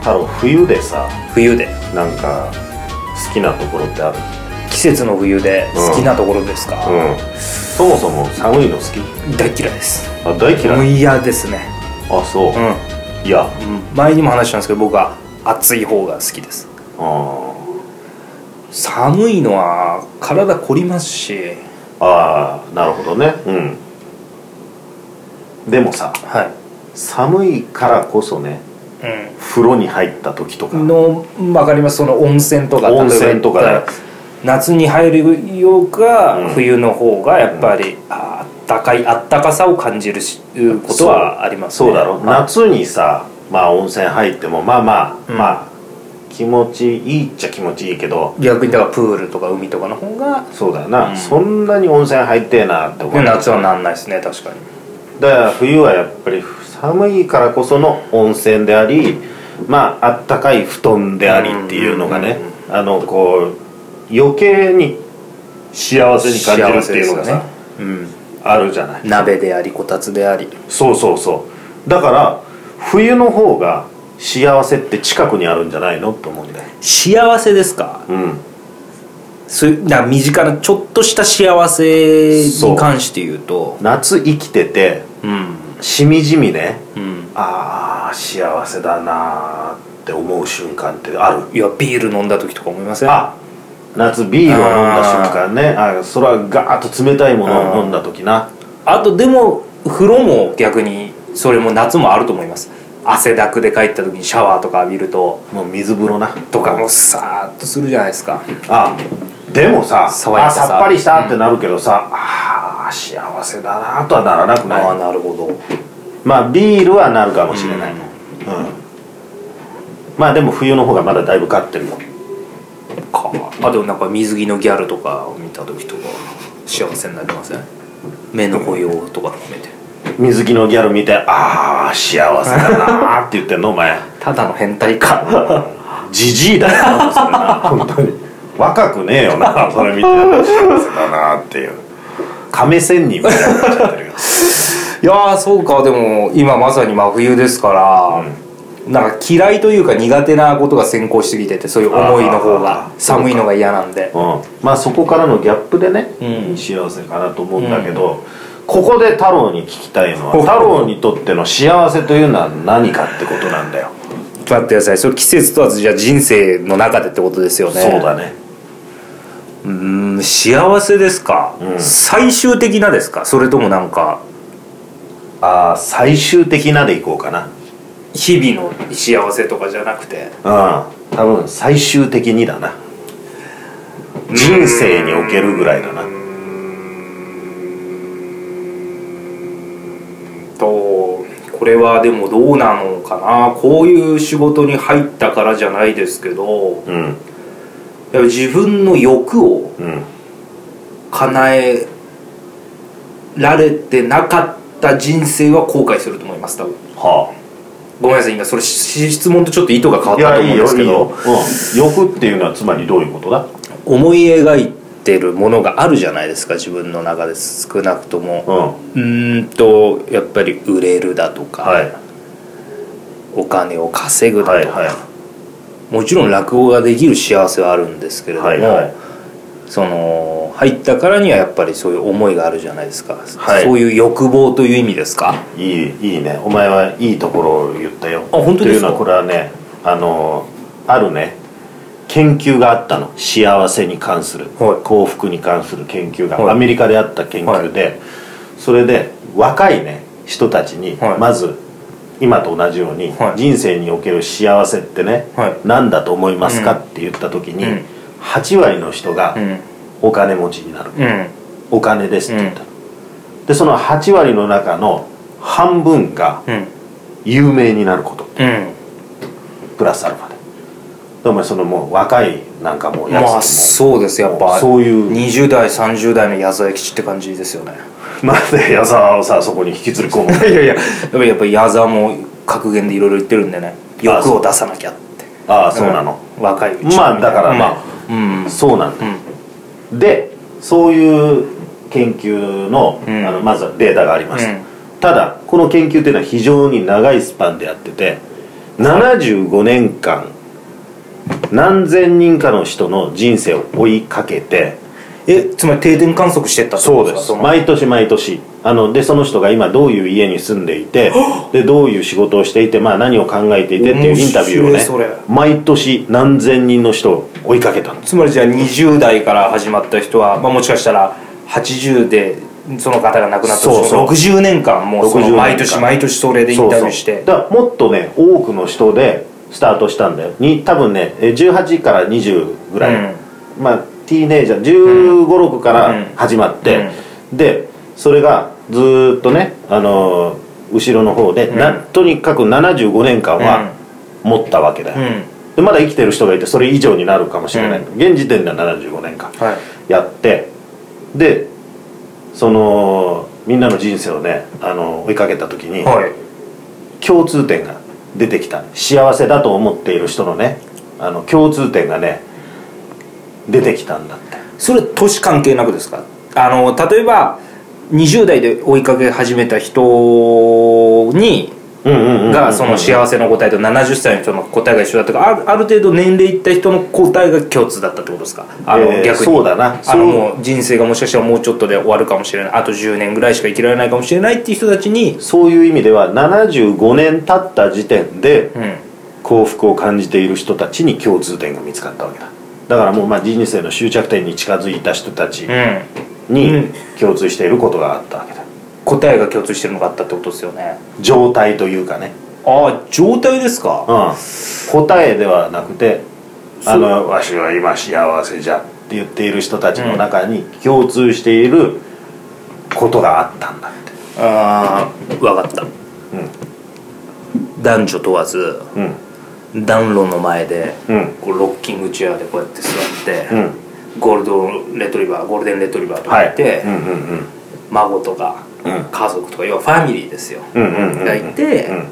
太郎冬でさ冬でなんか好きなところってある季節の冬でうん好きなところですか、うんそもそも寒いの好き大嫌いですあ大も嫌うい嫌ですねあそう、ういやん、前にも話したんですけど僕は暑い方が好きですあー寒いのは体凝りますしあーなるほどねうんでもさは寒いからこそねい、う風呂に入った時とかん、の分かりますその温泉とか温泉とかね例えば夏に入るようか、うん冬の方がやっぱり、あったかいあったかさを感じるしいうことはありますねそうだろ、夏にさまあ温泉入ってもまあまあ、うんまあ気持ちいいっちゃ気持ちいいけど逆にだからプールとか海とかの方がそうだよな、うんそんなに温泉入ってえなって思う夏はなんないですね確かにだから冬はやっぱり寒いからこその温泉でありまああったかい布団でありっていうのがねあのこう余計に幸せに感じるっていうのが幸せですよさ、ねうんあるじゃない鍋でありこたつでありそうそうそうだから冬の方が幸せって近くにあるんじゃないのと思うんだよ幸せですかうんそういうなんか身近なちょっとした幸せに関して言うと夏生きててうんしみじみねうんああ幸せだなーって思う瞬間ってあるいやビール飲んだ時とか思いませんあ夏ビールを飲んだ瞬間ねあそれはガーッと冷たいものを飲んだ時なあとでも風呂も逆にそれも夏もあると思います汗だくで帰った時にシャワーとか浴びるともう水風呂なとかもうさーっとするじゃないですかあでもさ爽やあかささっぱりしたってなるけどさ、ああ幸せだなとはならなくないああなるほどまあビールはなるかもしれない、ううんんまあでも冬の方がまだだいぶ勝ってるよかあとなんか水着のギャルとかを見た時とか幸せになりません目の保養とか含めて水着のギャル見てああ幸せだなって言ってんのお前ただの変態かジジイだよなそれな本当に若くねえよ なそれ見て幸せだなっていう亀仙人みたいになっちゃってるよいやーそうかでも今まさに真冬ですから、なんか嫌いというか苦手なことが先行しすぎててそういう思いの方あがー寒いのが嫌なんでうん、まあそこからのギャップでね、うん幸せかなと思うんだけど、ここで太郎に聞きたいのはほう太郎にとっての幸せというのは何かってことなんだよ、待ってくださいそれ季節問わずじゃあ人生の中でってことですよねそうだねうーん幸せですか、うん最終的なですかそれともなんかああ最終的なでいこうかな日々の幸せとかじゃなくてうん多分最終的にだな人生におけるぐらいだなとこれはでもどうなのかなこういう仕事に入ったからじゃないですけどうんやっぱ自分の欲をうん叶えられてなかった人生は後悔すると思います多分はごめんなさい今それし質問とちょっと意図が変わあいったやと思ういんいでよすいけいよど、うん、欲っていうのはつまりどういうことだ思い描いてるものがあるじゃないですか自分の中で少なくともうんうーんとやっぱり売れるだとか、はいお金を稼ぐだとか、はいはいもちろん落語ができる幸せはあるんですけれども、はいはいその入ったからにはやっぱりそういう思いがあるじゃないですか、はいそういう欲望という意味ですかいいいいねお前はいいところを言ったよあ本当ですかというのはこれはねあのあるね研究があったの幸せに関する、はい幸福に関する研究が、はいアメリカであった研究で、それで若いね人たちに、はいまず今と同じように、はい人生における幸せってね、はい何だと思いますか、うんって言った時に、うん8割の人がうんお金持ちになる、うんお金ですって言ったの、でその8割の中の半分がうん有名になることうんプラスアルファででお前そのもう若いなんかもうやつまあつそうですやっぱそういう20代30代の矢沢永吉って感じですよねもまで矢沢をさそこに引きずり込む いやいややっぱりやっぱり矢沢も格言でいろいろ言ってるんでねあ欲を出さなきゃってああそうなの、うん若いうちにまあだからねまあうんそうなんだ、うんでそういう研究の,、うんあのまずはデータがあります、うんただこの研究っていうのは非常に長いスパンでやってて75年間何千人かの人の人生を追いかけてえつまり定点観測してったってことですかの毎年毎年あのでその人が今どういう家に住んでいてでどういう仕事をしていて、まあ、何を考えていてっていうインタビュ面白いそれーをね毎年何千人の人を追いかけたんですつまりじゃあ20代から始まった人は、まあ、もしかしたら80でその方が亡くなったそうそうとしても60年間もうそ60の年間毎年毎年それでインタビューしそてうそうだからもっとね多くの人でスタートしたんだよに多分ねえー18から20ぐらい、まあティーネイジャー1 5 6かうんら始まって、でそれがずーっとね、あのー後ろの方で、なとにかく75年間は持ったわけだよ、うんでまだ生きてる人がいてそれ以上になるかもしれない、現時点では75年間はいやってでそのみんなの人生をねあの追いかけた時に、はい共通点が出てきた幸せだと思っている人のねあの共通点がね出てきたんだってそれ年関係なくですかあの例えば20代で追いかけ始めた人にうんうんうんうんがその幸せの答えと70歳の人の答えが一緒だったからあるある程度年齢いった人の答えが共通だったってことですかあの、えー逆にそうだなあのそうもう人生がもしかしたらもうちょっとで終わるかもしれないあと10年ぐらいしか生きられないかもしれないっていう人たちに、そういう意味では75年経った時点でうん、幸福を感じている人たちに共通点が見つかったわけだだからもうまあ人生の終着点に近づいた人たちうん、に共通していることがあったわけだ答えが共通してるのがあったってことですよね状態というかね、ああ状態ですかうん、答えではなくて「そうあのわしは今幸せじゃ」って言っている人たちの中に共通していることがあったんだってああ分かった、男女問わずうん暖炉の前で、うんこうロッキングチェアでこうやって座って、うんゴールドレトリバーゴールデンレトリバーとかいて、うんうん孫とか、うん家族とか要はファミリーですよ、うんうんうんうんがいて、うん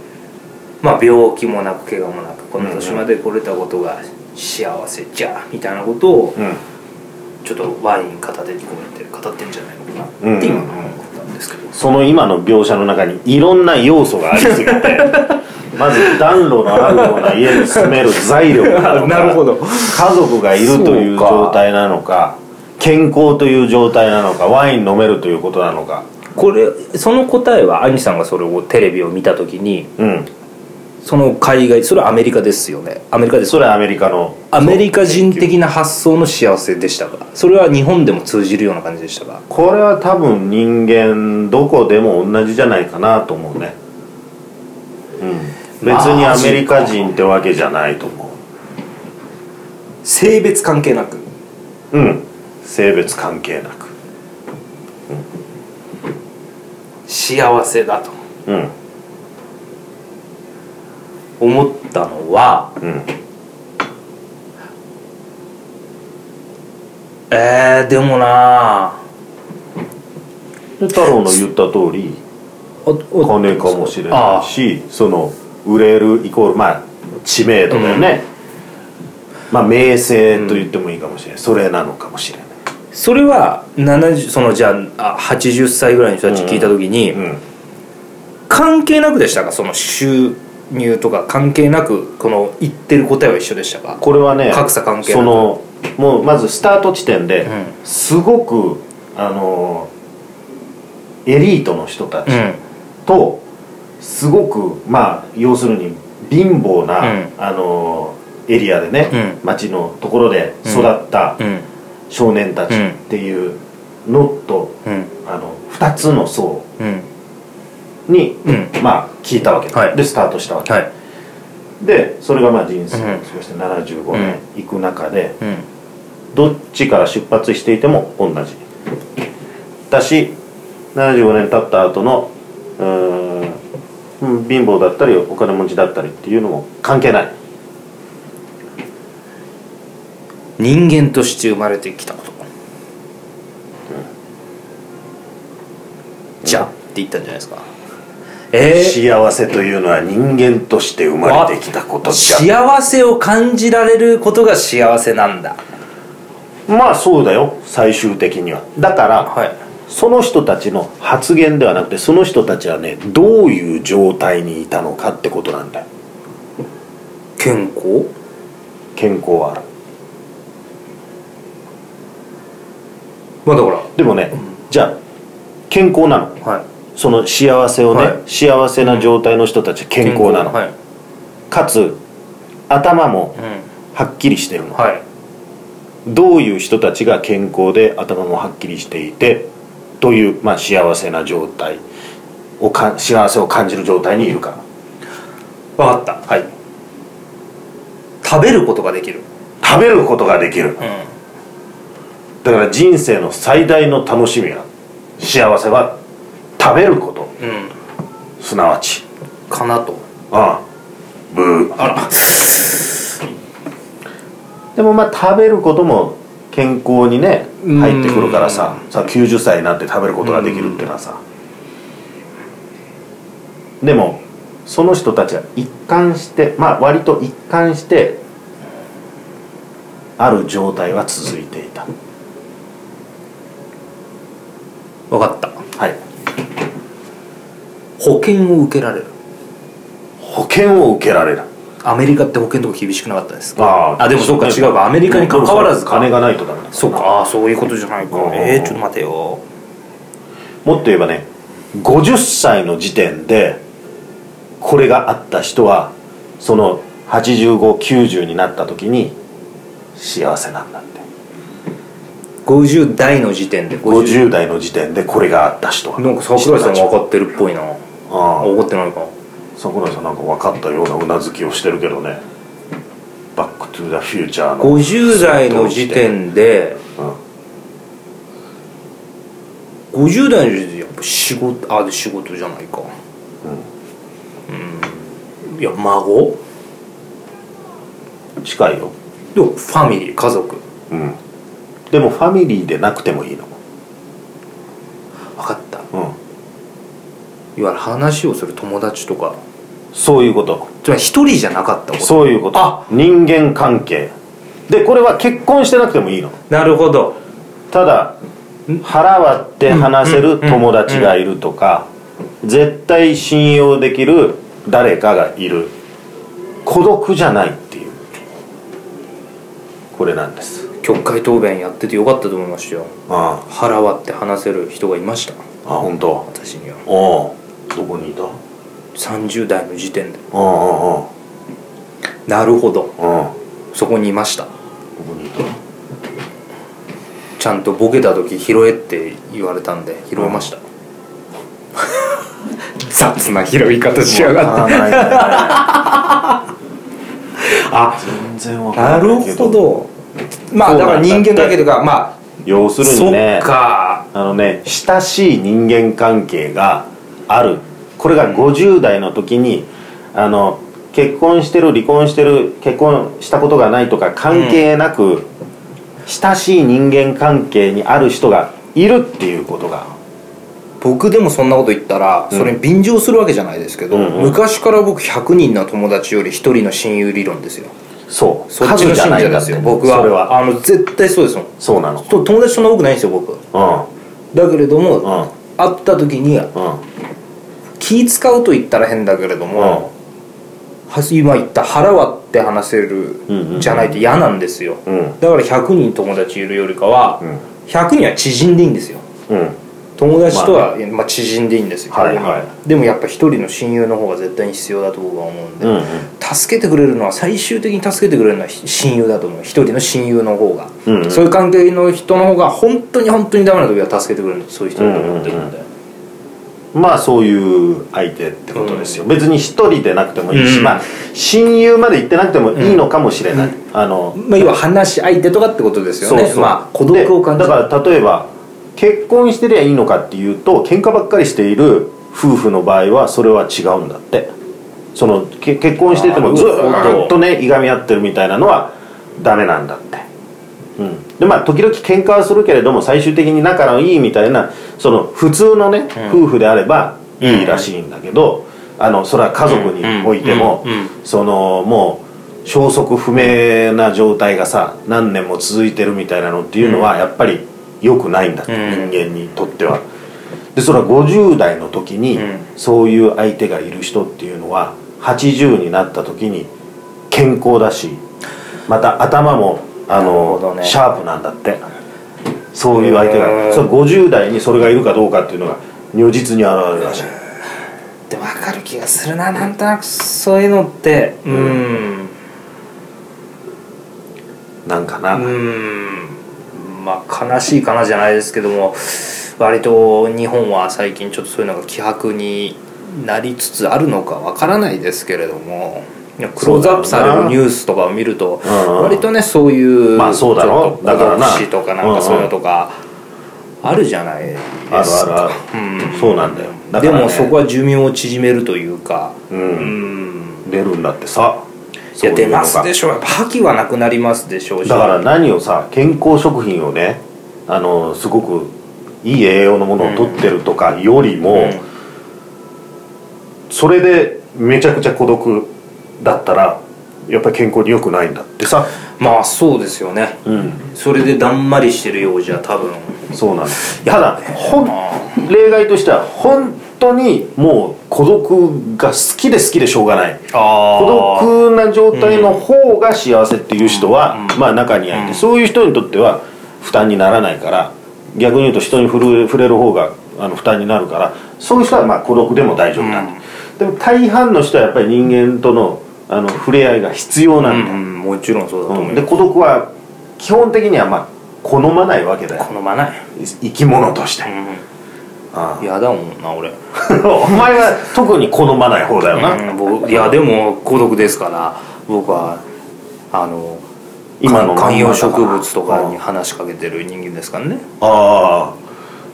まあ、病気もなく怪我もなくこの年まで来れたことが幸せじゃみたいなことをうんちょっとワイン片手にこうやって語ってんじゃないのかうんうなんって今思ったんですけど、その今の描写の中にいろんな要素がありすぎて まず暖炉のあるような家に住める材料 なのか なるほど家族がいるというそうか状態なのか健康という状態なのかワイン飲めるということなのかこれその答えは兄さんがそれをテレビを見た時にうんその海外それはアメリカですよねアメリカですそれはアメリカのアメリカ人的な発想の幸せでしたかそれは日本でも通じるような感じでしたかこれは多分人間どこでも同じじゃないかなと思うねうん別にアメリカ人ってわけじゃないと思性別関係なくううん性別関係なく幸せだとうん思ったのはうんえー、でもなあで太郎の言った通り金かもしれあないしその売れるイコールまあ知名度だよね、まあ名声と言ってもいいかもしれない、それなのかもしれないそれは70そのじゃああ80歳ぐらいの人たち聞いた時に、うん関係なくでしたかその収入とか関係なくこの言ってる答えは一緒でしたかこれはね格差関係なくそのもうまずスタート地点で、うすごくあのエリートの人たちうんと、すごくまあ要するに貧乏な、うんあのエリアでね、う町のところで育ったうん少年たちっていうのと、うんあの2つの層うんに、うんまあ聞いたわけ、はいでスタートしたわけ、はいでそれがまあ人生うんそして75年いく中で、うんどっちから出発していても同じだし75年経った後のうーんうん貧乏だったりお金持ちだったりっていうのも関係ない人間として生まれてきたこと、じゃあって言ったんじゃないですかえー幸せというのは人間として生まれてきたことじゃ幸せを感じられることが幸せなんだまあそうだよ最終的にはだから、はいその人たちの発言ではなくてその人たちはねどういう状態にいたのかってことなんだよ健康健康はあるまあだかでもね、じゃあ健康なのらはいその幸せをね、はい幸せな状態の人たち健康なのはい、かつ頭もうん、はっきりしてるのはいどういう人たちが健康で頭もはっきりしていてという、まあ、幸せな状態をか幸せを感じる状態にいるか分かったはい食べることができる食べることができるうだから人生の最大の楽しみは幸せは食べることんうんすなわちかなとああブーあらでもまあ食べることも健康にね入ってくるからささあ90歳になって食べることができるってのはさでもその人たちは一貫してまあ割と一貫してある状態は続いていた分かったはい保険を受けられる保険を受けられるアメリカって保険とか厳しくなかったですかああでもそうか違うかアメリカに関わらずか金がないとダメだそうかああそういうことじゃないかうんえー、ちょっと待てよもっと言えばね50歳の時点でこれがあった人はその8590になった時に幸せなんだって50代の時点で50代の時点でこれがあった人はなんか桜井さん分かってるっぽいなあああ分かってないか桜井さんなんか分かったようなうなずきをしてるけどね「バック・トゥ・ザ・フューチャーの」 50代の時点でうん50代の時点でやっぱ仕事あで仕事じゃないかうんいや孫近いよ、でもファミリー家族うん、でもファミリーでなくてもいいの、分かったいわうん、ゆる話をする友達とかそういうことつまり一人じゃなかったことそういうことあ人間関係でこれは結婚してなくてもいいのなるほどただ腹割って話せる友達がいるとか絶対信用できる誰かがいる孤独じゃないっていうこれなんです曲解答弁やっててよかったと思いましたよあ腹割って話せる人がいましたああ本当。私にはおおどこにいた30代の時点でうんうんうんなるほどうんそこにいましたどこにいたちゃんとボケた時拾えって言われたんで拾いました、雑な拾い方しやがってて あ全然わかなんるないけほどまあだから人間だけとかまあ要するそにっねかあのね親しい人間関係があるこれが50代の時にあの結婚してる離婚してる結婚したことがないとか関係なく、親しい人間関係にある人がいるっていうことが僕でもそんなこと言ったらそれに便乗するわけじゃないですけど、うんうん昔から僕100人の友達より1人の親友理論ですよそうそっちの数じゃ信ない者んだっですてよ僕はそれはあの絶対そうですもんそうなのと友達そんな多くないんですよ僕うだけれども、んうん会った時にうん気使うと言ったら変だけれども、は今言った腹割って話せうんうんうるんじゃないと嫌なんですよ、うんだから100人友達いるよりかは、うん100人は縮んでいいんですようん友達とは、いやまあ縮んでいいんですよ、はいはい100人でもやっぱ一人の親友の方が絶対に必要だと僕は思うんで、うんうん助けてくれるのは最終的に助けてくれるのは親友だと思う一人の親友の方が、うんうんそういう関係の人の方が本当に本当にダメな時は助けてくれるのそういう人だと思ってるんで、まあそういう相手ってことですよ、別に一人でなくてもいいし、うんまあ親友まで行ってなくてもいいのかもしれない、あのまあ、要は話し相手とかってことですよねまあ孤独を感でじるだから例えば結婚してりゃいいのかっていうと喧嘩ばっかりしている夫婦の場合はそれは違うんだってそのけ結婚しててもずなるほどーっとねいがみ合ってるみたいなのはダメなんだって、うん、でまあ時々喧嘩はするけれども最終的に仲のいいみたいなその普通のね、夫婦であればいいらしいんだけど、あのそれは家族においても、うんうんうんそのもう消息不明な状態がさ何年も続いてるみたいなのっていうのはやっぱり良くないんだって、うん人間にとってはでそれは50代の時にうんそういう相手がいる人っていうのは80になった時に健康だしまた頭もあなるほどの、ねシャープなんだってそういう相手へーがその50代にそれがいるかどうかっていうのが如実に現れるらしいで分かる気がするななんとなくそういうのってうんなんかな、うんまあ悲しいかなじゃないですけども割と日本は最近ちょっとそういうのが希薄になりつつあるのかわからないですけれどもいやクローズアップされるニュースとかを見るとうんうん割とねそういうまあそうだろちょっとだからな孤独死とかなんうんうかんそういうのとかあるじゃないですかあるあるあるうんそうなんだよだかでらね、もそこは寿命を縮めるというかうんうん出るんだってさいそやうい出うのがますでしょうやっぱ覇気はなくなりますでしょうしだから何をさ健康食品をねあのすごくいい栄養のものを取ってるとかよりも、うんそれでめちゃくちゃ孤独だったらやっぱり健康に良くないんだってさまあそうですよねうんそれでだんまりしてるようじゃ多分そうなんですただほんあ例外としては本当にもう孤独が好きで好きでしょうがないあ孤独孤独な状態の方が幸せっていう人は、まあ中にはいて、うんそういう人にとっては負担にならないから逆に言うと人に触れ触れる方があの負担になるからそういう人はまあ孤独でも大丈夫なんだ、でも大半の人はやっぱり人間とのあの触れ合いが必要なんだよ、うんもちろんそうだと思うんうで孤独は基本的にはまあ好まないわけだよ好まない生き物として、あ 嫌だもんな俺あお前は特に好まない方だよな、うん僕いやでも孤独ですから僕はあの今のまんまだから観葉植物とかに話しかけてる人間ですからねああ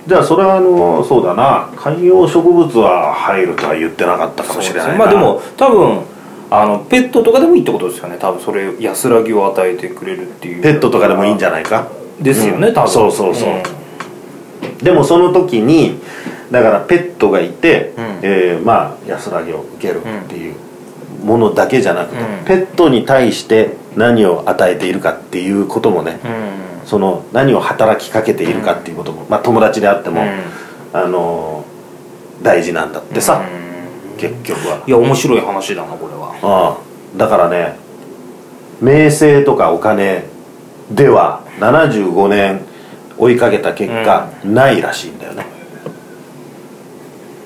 じゃあそれはあのそうだな観葉植物は入るとは言ってなかったかもしれないなまあでも多分あのペットとかでもいいってことですよね多分それ安らぎを与えてくれるっていうペットとかでもいいんじゃないかですよね、うん多分そうそうそうんでもその時にだからペットがいて、うんえーまあ安らぎを受けるっていうものだけじゃなくて、うんペットに対して何を与えているかっていうこともね、うんその何を働きかけているかっていうことも、まあ友達であっても、うんあのー大事なんだってさ、うん結局はいや面白い話だなこれはああだからね名声とかお金では75年追いかけた結果、ないらしいんだよね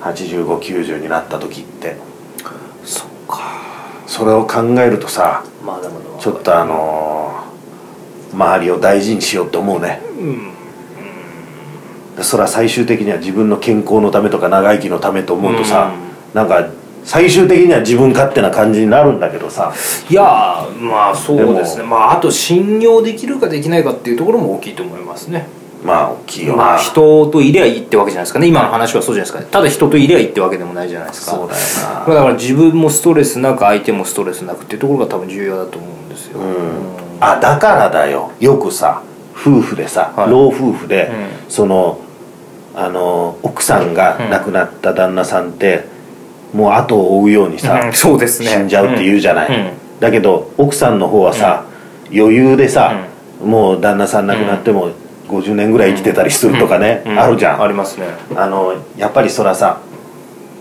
8590になった時ってそっかそれを考えるとさまだまだちょっとあのー周りを大事にしようと思うねうんそれは最終的には自分の健康のためとか長生きのためと思うとさ、なんか最終的には自分勝手な感じになるんだけどさいやーまあそうですねでまああと信用できるかできないかっていうところも大きいと思いますねまあ大きいよな、まあ人といりゃいいってわけじゃないですかね今の話はそうじゃないですかただ人といりゃいいってわけでもないじゃないですかそうだよなまあだから自分もストレスなく相手もストレスなくっていうところが多分重要だと思うんですよ、あだからだよよくさ夫婦でさ、はい老夫婦で、うそのあの奥さんが亡くなった旦那さんって、もう後を追うようにさ、うんそうですね死んじゃうって言うじゃない、うんうんだけど奥さんの方はさ、余裕でさ、もう旦那さん亡くなっても50年ぐらい生きてたりするとかね、うんあるじゃん、ありますねあのやっぱりそらさ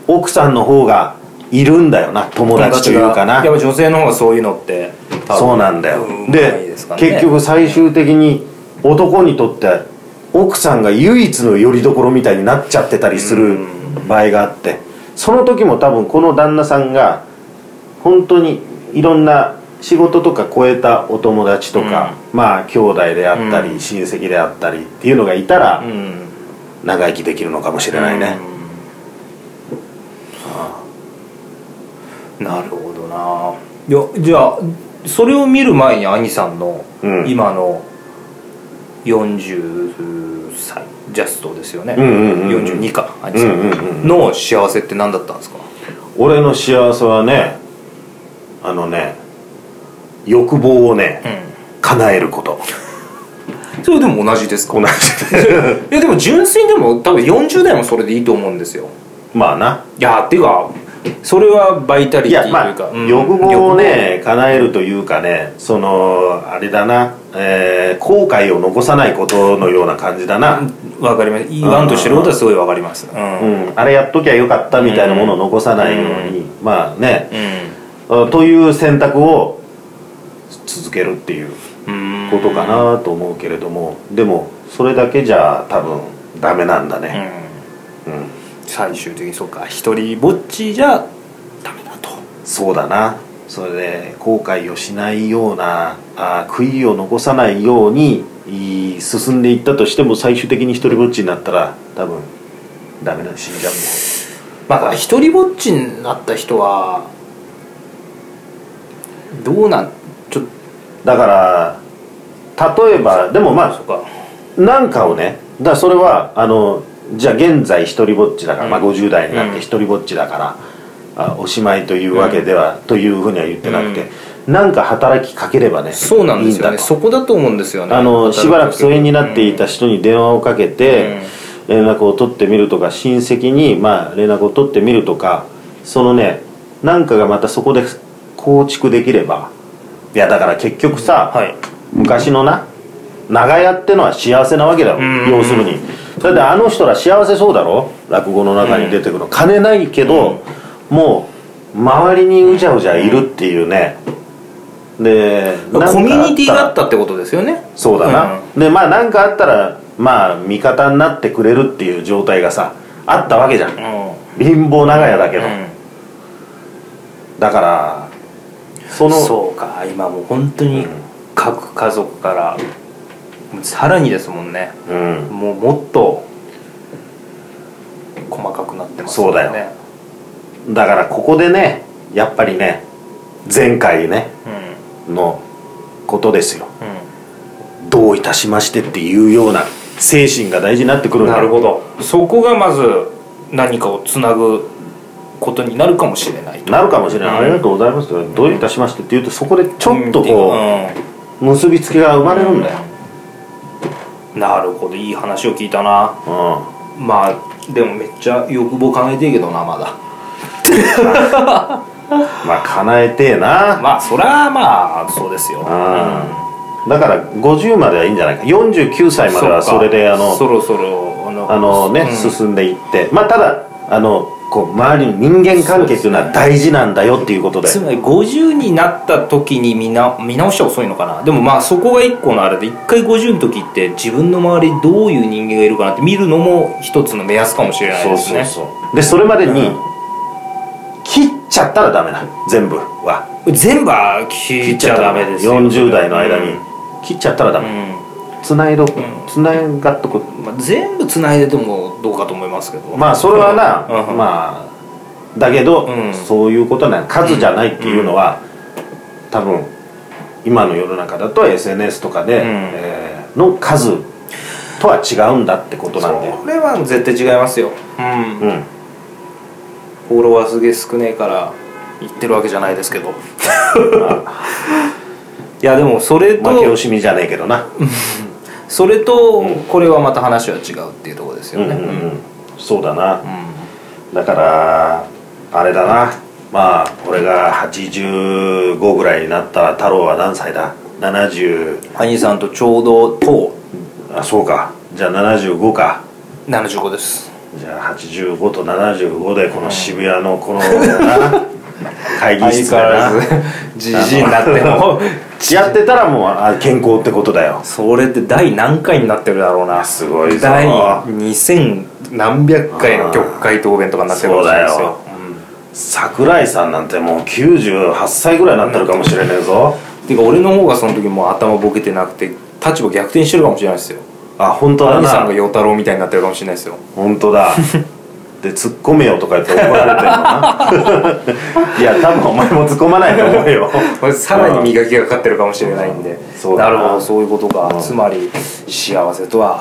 奥さんの方がいるんだよな友達というかなやっぱ女性の方がそういうのって多分そうなんだよ、うんうまいでですからね結局最終的に男にとって奥さんが唯一の拠り所みたいになっちゃってたりする場合があってその時も多分この旦那さんが本当にいろんな仕事とか超えたお友達とか、まあ兄弟であったり、親戚であったりっていうのがいたらうん長生きできるのかもしれないね、うんなるほどないやじゃあそれを見る前に兄さんのうん今の40歳ジャストですよね、うんうんうんうん42か兄さん,、うんうんうんの幸せって何だったんですか俺の幸せはねあのね欲望をね、叶えることそれでも同じですか同じ いやでも純粋にでも多分40代もそれでいいと思うんですよまあないやっていうかそれはバイタリいティやというまあか、うん欲望をね叶えるというかねそのあれだな、えー後悔を残さないことのような感じだな、わかります言わんとしてることはすごいわかりますうんううんん、あれやっときゃよかったみたいなものを残さないように、まあね、あという選択を続けるっていううんことかなと思うけれどもでもそれだけじゃ多分ダメなんだうね、んうん最終的にそうか一人ぼっちじゃダメだとそうだなそれで後悔をしないようなあー悔いを残さないようにいい進んでいったとしても最終的に一人ぼっちになったら多分ダメだ死んじゃうもんまあ一人ぼっちになった人はどうなんちょっだから例えばでもとまそうかあなんかをねだからそれはあのじゃあ現在一人ぼっちだから、まあ、うん50代になっうんて一人ぼっちだから、あおしまいというわけでは、というふうには言ってなくて、なんか働きかければねそうなんですいいよんねだとそこだと思うんですよねあのしばらく疎遠になっていたし、人に電話をかけて、連絡を取ってみるとか親戚にまあ連絡を取ってみるとかそのねなんかがまたそこで構築できればいやだから結局さ、はい昔のな長屋ってのは幸せなわけだろ、うん要するにだってあの人ら幸せそうだろ落語の中に出てくるの、金ないけど、もう周りにうじゃうじゃいるっていうねでなんかあったらコミュニティがあったってことですよねそうだな、でまあ何かあったらまあ味方になってくれるっていう状態がさあったわけじゃんうん、うん貧乏長屋だけうど、んだからそのそうか今もう本当に各家族からさらにですもんねうんもうもっと細かくなってますそうだよだからここでねやっぱりね前回ねうんのことですようどういたしましてっていうような精神が大事になってくるんんだなるほどそこがまず何かをつなぐことになるかもしれないとなるかもしれない、うんありがとうございますどういたしましてっていうとそこでちょっとうこんう結びつきが生まれるんだよ、なるほどいい話を聞いたなうん、まあでもめっちゃ欲望考えていいけどなまだまあ叶えてえなまあそりゃまあそうですようんだから50まではいいんじゃないか49歳まではうかそれであそのろそろあのあのね、うん進んでいってまあただあのこう周りの人間関係っていうのは大事なんだよっていうことでつまり50になった時に見な見直しは遅いのかなでもまあそこが一個のあれで一回50の時って自分の周りどういう人間がいるかなって見るのも一つの目安かもしれないそうですそうねそうでそれまでにうん切っちゃったらダメだ全部は全部は聞いちゃダメですよ40代の間にう切っちゃったらダメんつないどつないがっとくまあ、全部繋いでてもどうかと思いますけどまあそれはな、うんまあだけど、うんそういうことなん数じゃないっていうのは、多分今の世の中だと SNS とかで、うんえーの数とは違うんだってことなんでそれは絶対違いますよ、うんうんフォロワーすげえ少ねえから言ってるわけじゃないですけ どいやでもそれ負け惜としみじゃねえけどな、それとこれはまた話は違うっていうところですうんようんね、うん、そうだなうんだからあれだなまあ俺が85ぐらいになったら太郎は何歳だ70兄さんとちょうどとあそうかじゃあ75か75ですじゃあ85と75でこの渋谷の このな会議室でなず じじいになっても やってたらもうあ健康ってことだよそれって第何回になってるだろうなすごいぞ第2000何百回の曲解答弁とかになってるかもしれないですよ桜井さんなんてもう98歳ぐらいになってるかもしれねえぞうんていうか俺の方がその時もう頭ボケてなくて立場逆転してるかもしれないですよあ本当だ兄さんがな陽太郎みたいになってるかもしれないですよ本当 だで突っ込めよとか言って怒られてるの ないや多分お前も突っ込まないと思うよ俺さらに磨きがかかってるかもしれないんで、そうだななるほどそういうことか、うんつまり幸せとは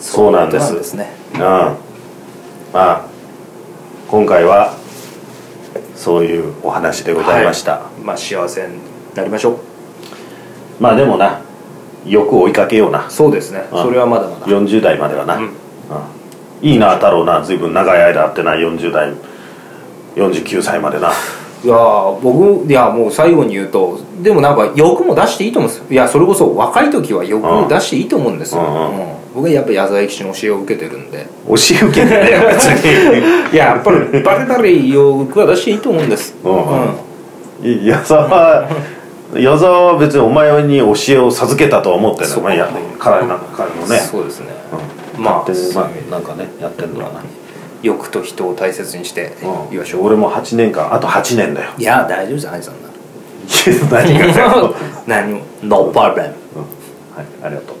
そうなんですそういうことですねうんまあ今回はそういうお話でございました、はいまあ幸せになりましょうまあでもなよく追いかけようなそうですねうんそれはまだまだ40代まではな、ううんんいいな太郎な随分長い間会ってない40代49歳までないやー僕いやもう最後に言うとでもなんか欲も出していいと思うんですよいやそれこそ若い時は欲を出していいと思うんですよ、うんうんうん僕はやっぱ矢沢永吉の教えを受けてるんで押し受けてね別にいややっぱりバレバレ欲は出していいと思うんです うんうんいや矢沢矢沢は別にお前に教えを授けたとは思ってないそうまあ、や彼の彼のねそうですね、うんまあ勝手にそうまいう意味であなんかねやってんのかな、欲と人を大切にしてうん、いわしょう、俺も8年間あと8年だよ いや大丈夫じゃないさんな何がだよ、 何も No problem うんはいありがとう